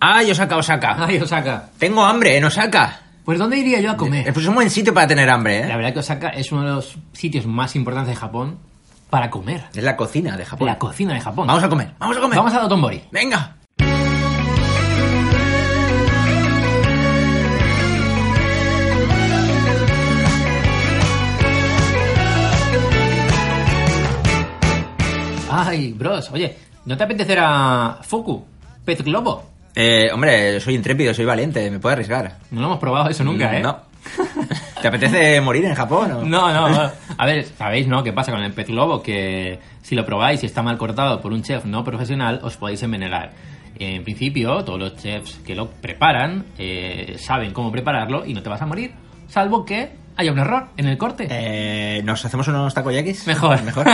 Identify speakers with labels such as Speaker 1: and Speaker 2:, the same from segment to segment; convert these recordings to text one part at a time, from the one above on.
Speaker 1: ¡Ay, Osaka, Osaka!
Speaker 2: Ay, Osaka.
Speaker 1: Tengo hambre ¿eh? en Osaka.
Speaker 2: Pues ¿dónde iría yo a comer?
Speaker 1: Eh, Pues es un buen sitio para tener hambre,
Speaker 2: La
Speaker 1: ¿eh?
Speaker 2: verdad que Osaka es uno de los sitios más importantes de Japón para comer.
Speaker 1: Es la cocina de Japón.
Speaker 2: La cocina de Japón.
Speaker 1: Pues, Vamos a comer, vamos a comer.
Speaker 2: Vamos a Dotonbori.
Speaker 1: Venga.
Speaker 2: Ay, bros, oye, ¿no te apetecerá Foku? Pez globo.
Speaker 1: Eh, hombre, soy intrépido, soy valiente, me puedo arriesgar.
Speaker 2: No lo hemos probado eso nunca,
Speaker 1: Mm,
Speaker 2: ¿eh?
Speaker 1: No. ¿Te apetece morir en Japón? o?
Speaker 2: No, no,
Speaker 1: ¿Eh?
Speaker 2: no. A ver, sabéis, ¿no? ¿Qué pasa con el pez globo? Que si lo probáis y está mal cortado por un chef no profesional, os podéis envenenar. En principio, todos los chefs que lo preparan eh, saben cómo prepararlo y no te vas a morir, salvo que haya un error en el corte.
Speaker 1: Eh, ¿Nos hacemos unos takoyakis?
Speaker 2: Mejor.
Speaker 1: Mejor.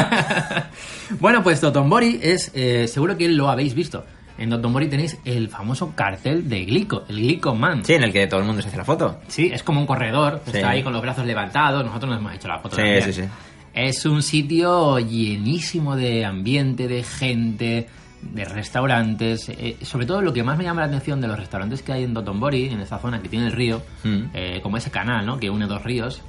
Speaker 2: bueno, pues Dotonbori es. eh, seguro que lo habéis visto. En Dotonbori tenéis el famoso cartel de Glico, el Glico Man.
Speaker 1: Sí, en el que todo el mundo se hace la foto.
Speaker 2: Sí, es como un corredor, que
Speaker 1: Sí.
Speaker 2: está ahí con los brazos levantados, nosotros nos hemos hecho la foto.
Speaker 1: Sí,
Speaker 2: también.
Speaker 1: sí, sí.
Speaker 2: Es un sitio llenísimo de ambiente, de gente, de restaurantes. eh, sobre todo lo que más me llama la atención de los restaurantes que hay en Dotonbori, en esta zona que tiene el río,
Speaker 1: Mm.
Speaker 2: eh, como ese canal ¿no? que une dos ríos,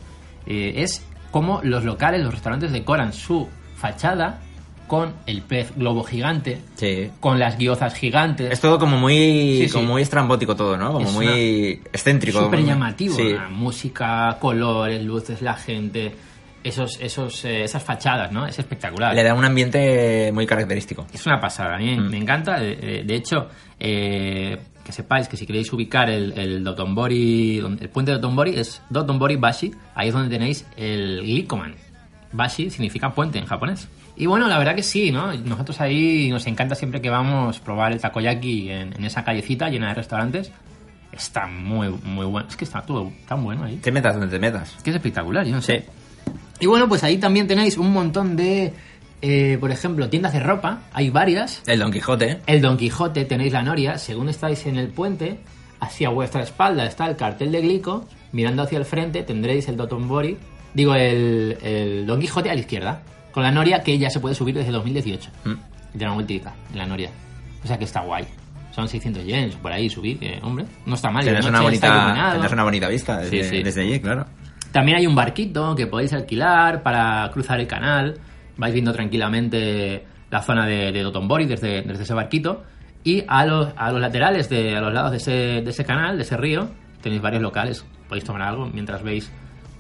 Speaker 2: eh, es como los locales, los restaurantes decoran su fachada con el pez globo gigante,
Speaker 1: Sí.
Speaker 2: con las guiozas gigantes.
Speaker 1: Es todo como muy,
Speaker 2: Sí, sí.
Speaker 1: como muy estrambótico todo, ¿no? Como
Speaker 2: Es
Speaker 1: muy excéntrico.
Speaker 2: Súper
Speaker 1: como-
Speaker 2: llamativo.
Speaker 1: Sí.
Speaker 2: La música, colores, luces, la gente. Esos, esos, eh, esas fachadas, ¿no? Es espectacular.
Speaker 1: Le da un ambiente muy característico.
Speaker 2: Es una pasada. A mí me encanta. De, de- de hecho, eh, que sepáis que si queréis ubicar el, el Dotonbori, el puente de Dotonbori es Dotonbori Bashi. Ahí es donde tenéis el Glikoman. Bashi significa puente en japonés. Y bueno, la verdad que sí, ¿no? Nosotros ahí nos encanta siempre que vamos probar el takoyaki en, en esa callecita llena de restaurantes. Está muy, muy bueno. Es que está todo tan bueno ahí.
Speaker 1: Te metas donde te metas.
Speaker 2: Es que es espectacular, yo no sé. Y bueno, pues ahí también tenéis un montón de, eh, por ejemplo, tiendas de ropa. Hay varias.
Speaker 1: El Don Quijote.
Speaker 2: El Don Quijote, tenéis la noria, según estáis en el puente, hacia vuestra espalda está el cartel de Glico, mirando hacia el frente tendréis el Dotonbori, digo el, el Don Quijote a la izquierda, con la noria que ya se puede subir desde 2018.
Speaker 1: Mm.
Speaker 2: De una vueltita, en la noria. O sea que está guay. Son 600 yens por ahí subir, que, hombre, no está mal. de
Speaker 1: Tendrás una,
Speaker 2: noche está
Speaker 1: bonita,
Speaker 2: iluminado.
Speaker 1: tendrás una bonita vista
Speaker 2: Sí,
Speaker 1: desde,
Speaker 2: sí.
Speaker 1: desde allí, claro.
Speaker 2: También hay un barquito que podéis alquilar para cruzar el canal. Vais viendo tranquilamente la zona de, de Dotonbori desde, desde ese barquito. Y a los, a los laterales, de, a los lados de ese, de ese canal, de ese río, tenéis varios locales. Podéis tomar algo mientras veis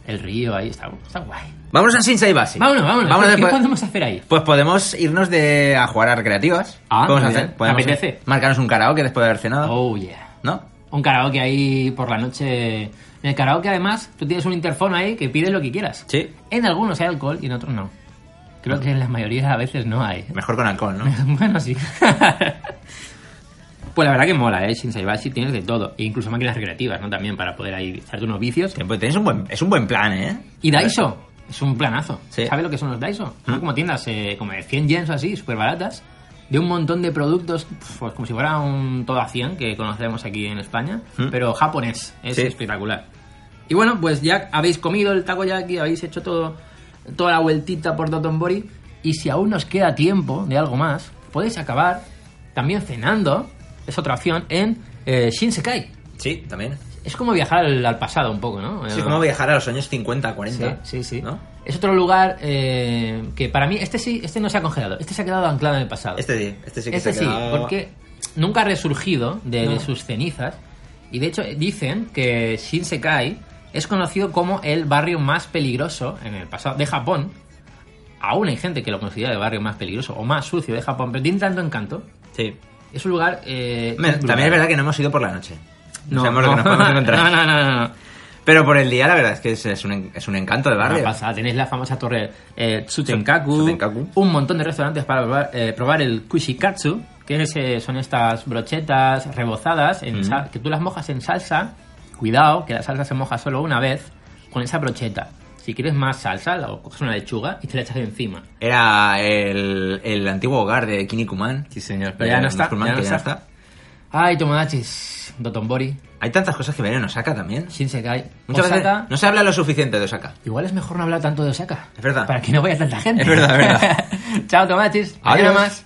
Speaker 2: el río ahí. Está, está guay.
Speaker 1: Vámonos a Shinsei Basi.
Speaker 2: Vámonos, vámonos.
Speaker 1: Vámonos
Speaker 2: ¿Qué
Speaker 1: después-
Speaker 2: podemos hacer ahí?
Speaker 1: Pues podemos irnos de a jugar a recreativas.
Speaker 2: Ah,
Speaker 1: podemos
Speaker 2: muy bien.
Speaker 1: hacer. Podemos
Speaker 2: ¿Te apetece?
Speaker 1: Marcarnos un karaoke después de haber cenado.
Speaker 2: Oh, yeah.
Speaker 1: ¿No?
Speaker 2: Un karaoke ahí por la noche. En el karaoke, además, tú tienes un interfono ahí que pides lo que quieras.
Speaker 1: Sí. Ah.
Speaker 2: En algunos hay alcohol y en otros no. Creo que en la mayoría a veces no hay.
Speaker 1: Mejor con alcohol, ¿no?
Speaker 2: bueno, sí. pues la verdad que mola, ¿eh? Shinsaibashi tienes de todo. E incluso máquinas recreativas, ¿no? También para poder ahí echarte unos vicios.
Speaker 1: Pues tienes un buen, es un buen plan, ¿eh?
Speaker 2: Y Daiso. Es un planazo.
Speaker 1: Sí. ¿Mm?
Speaker 2: ¿Sabes lo que son los Daiso? Son como tiendas eh, como de 100 yens o así, súper baratas. De un montón de productos, pues como si fuera un todo a 100 que conocemos aquí en España, pero japonés. Es
Speaker 1: ¿Mm? Sí.
Speaker 2: espectacular. Y bueno, pues ya habéis comido el takoyaki, habéis hecho todo, toda la vueltita por Dotonbori. Y si aún nos queda tiempo de algo más, podéis acabar también cenando, es otra opción, en eh, Shinsekai.
Speaker 1: Sí, también.
Speaker 2: Es como viajar al, al pasado un poco, ¿no?
Speaker 1: Sí,
Speaker 2: Eh,
Speaker 1: es como viajar a los años 50, 40.
Speaker 2: Sí, sí, sí.
Speaker 1: ¿no?
Speaker 2: Es otro lugar eh, que para mí, este sí, este no se ha congelado, este se ha quedado anclado en el pasado.
Speaker 1: Este sí, este sí que
Speaker 2: Este
Speaker 1: se ha
Speaker 2: sí,
Speaker 1: quedado-
Speaker 2: porque nunca ha resurgido de, de
Speaker 1: No.
Speaker 2: sus cenizas. Y de hecho dicen que Shinsekai es conocido como el barrio más peligroso en el pasado de Japón. Aún hay gente que lo considera el barrio más peligroso o más sucio de Japón, pero tiene tanto encanto.
Speaker 1: Sí.
Speaker 2: Es un lugar... eh,
Speaker 1: Hombre,
Speaker 2: un
Speaker 1: También es
Speaker 2: lugar.
Speaker 1: verdad que no hemos ido por la noche.
Speaker 2: No,
Speaker 1: Sabemos lo
Speaker 2: no.
Speaker 1: que nos podemos encontrar.
Speaker 2: no, no, no, no, no.
Speaker 1: Pero por el día, la verdad es que es, es un, en- es un encanto de barrio.
Speaker 2: Una pasada. Tenéis la famosa torre eh, Tsutenkaku,
Speaker 1: Tsutenkaku.
Speaker 2: un montón de restaurantes para probar, eh, probar el Kushikatsu, que es, eh, son estas brochetas rebozadas en sal- que tú las mojas en salsa. Cuidado, que la salsa se moja solo una vez con esa brocheta. Si quieres más salsa, la- coges una lechuga y te la echas encima.
Speaker 1: Era el, el antiguo hogar de Kinnikuman.
Speaker 2: Sí, señor, pero ya no está, ya no está. Ay, Tomodachis, Dotonbori,
Speaker 1: Hay tantas cosas que ven en Osaka también.
Speaker 2: Shinsekai,
Speaker 1: Muchas
Speaker 2: Osaka.
Speaker 1: veces no se habla lo suficiente de Osaka.
Speaker 2: Igual es mejor no hablar tanto de Osaka.
Speaker 1: Es verdad.
Speaker 2: Para que no vaya tanta gente.
Speaker 1: Es verdad, es verdad.
Speaker 2: Chao, Tomachis. Mañana
Speaker 1: Adiós.
Speaker 2: más.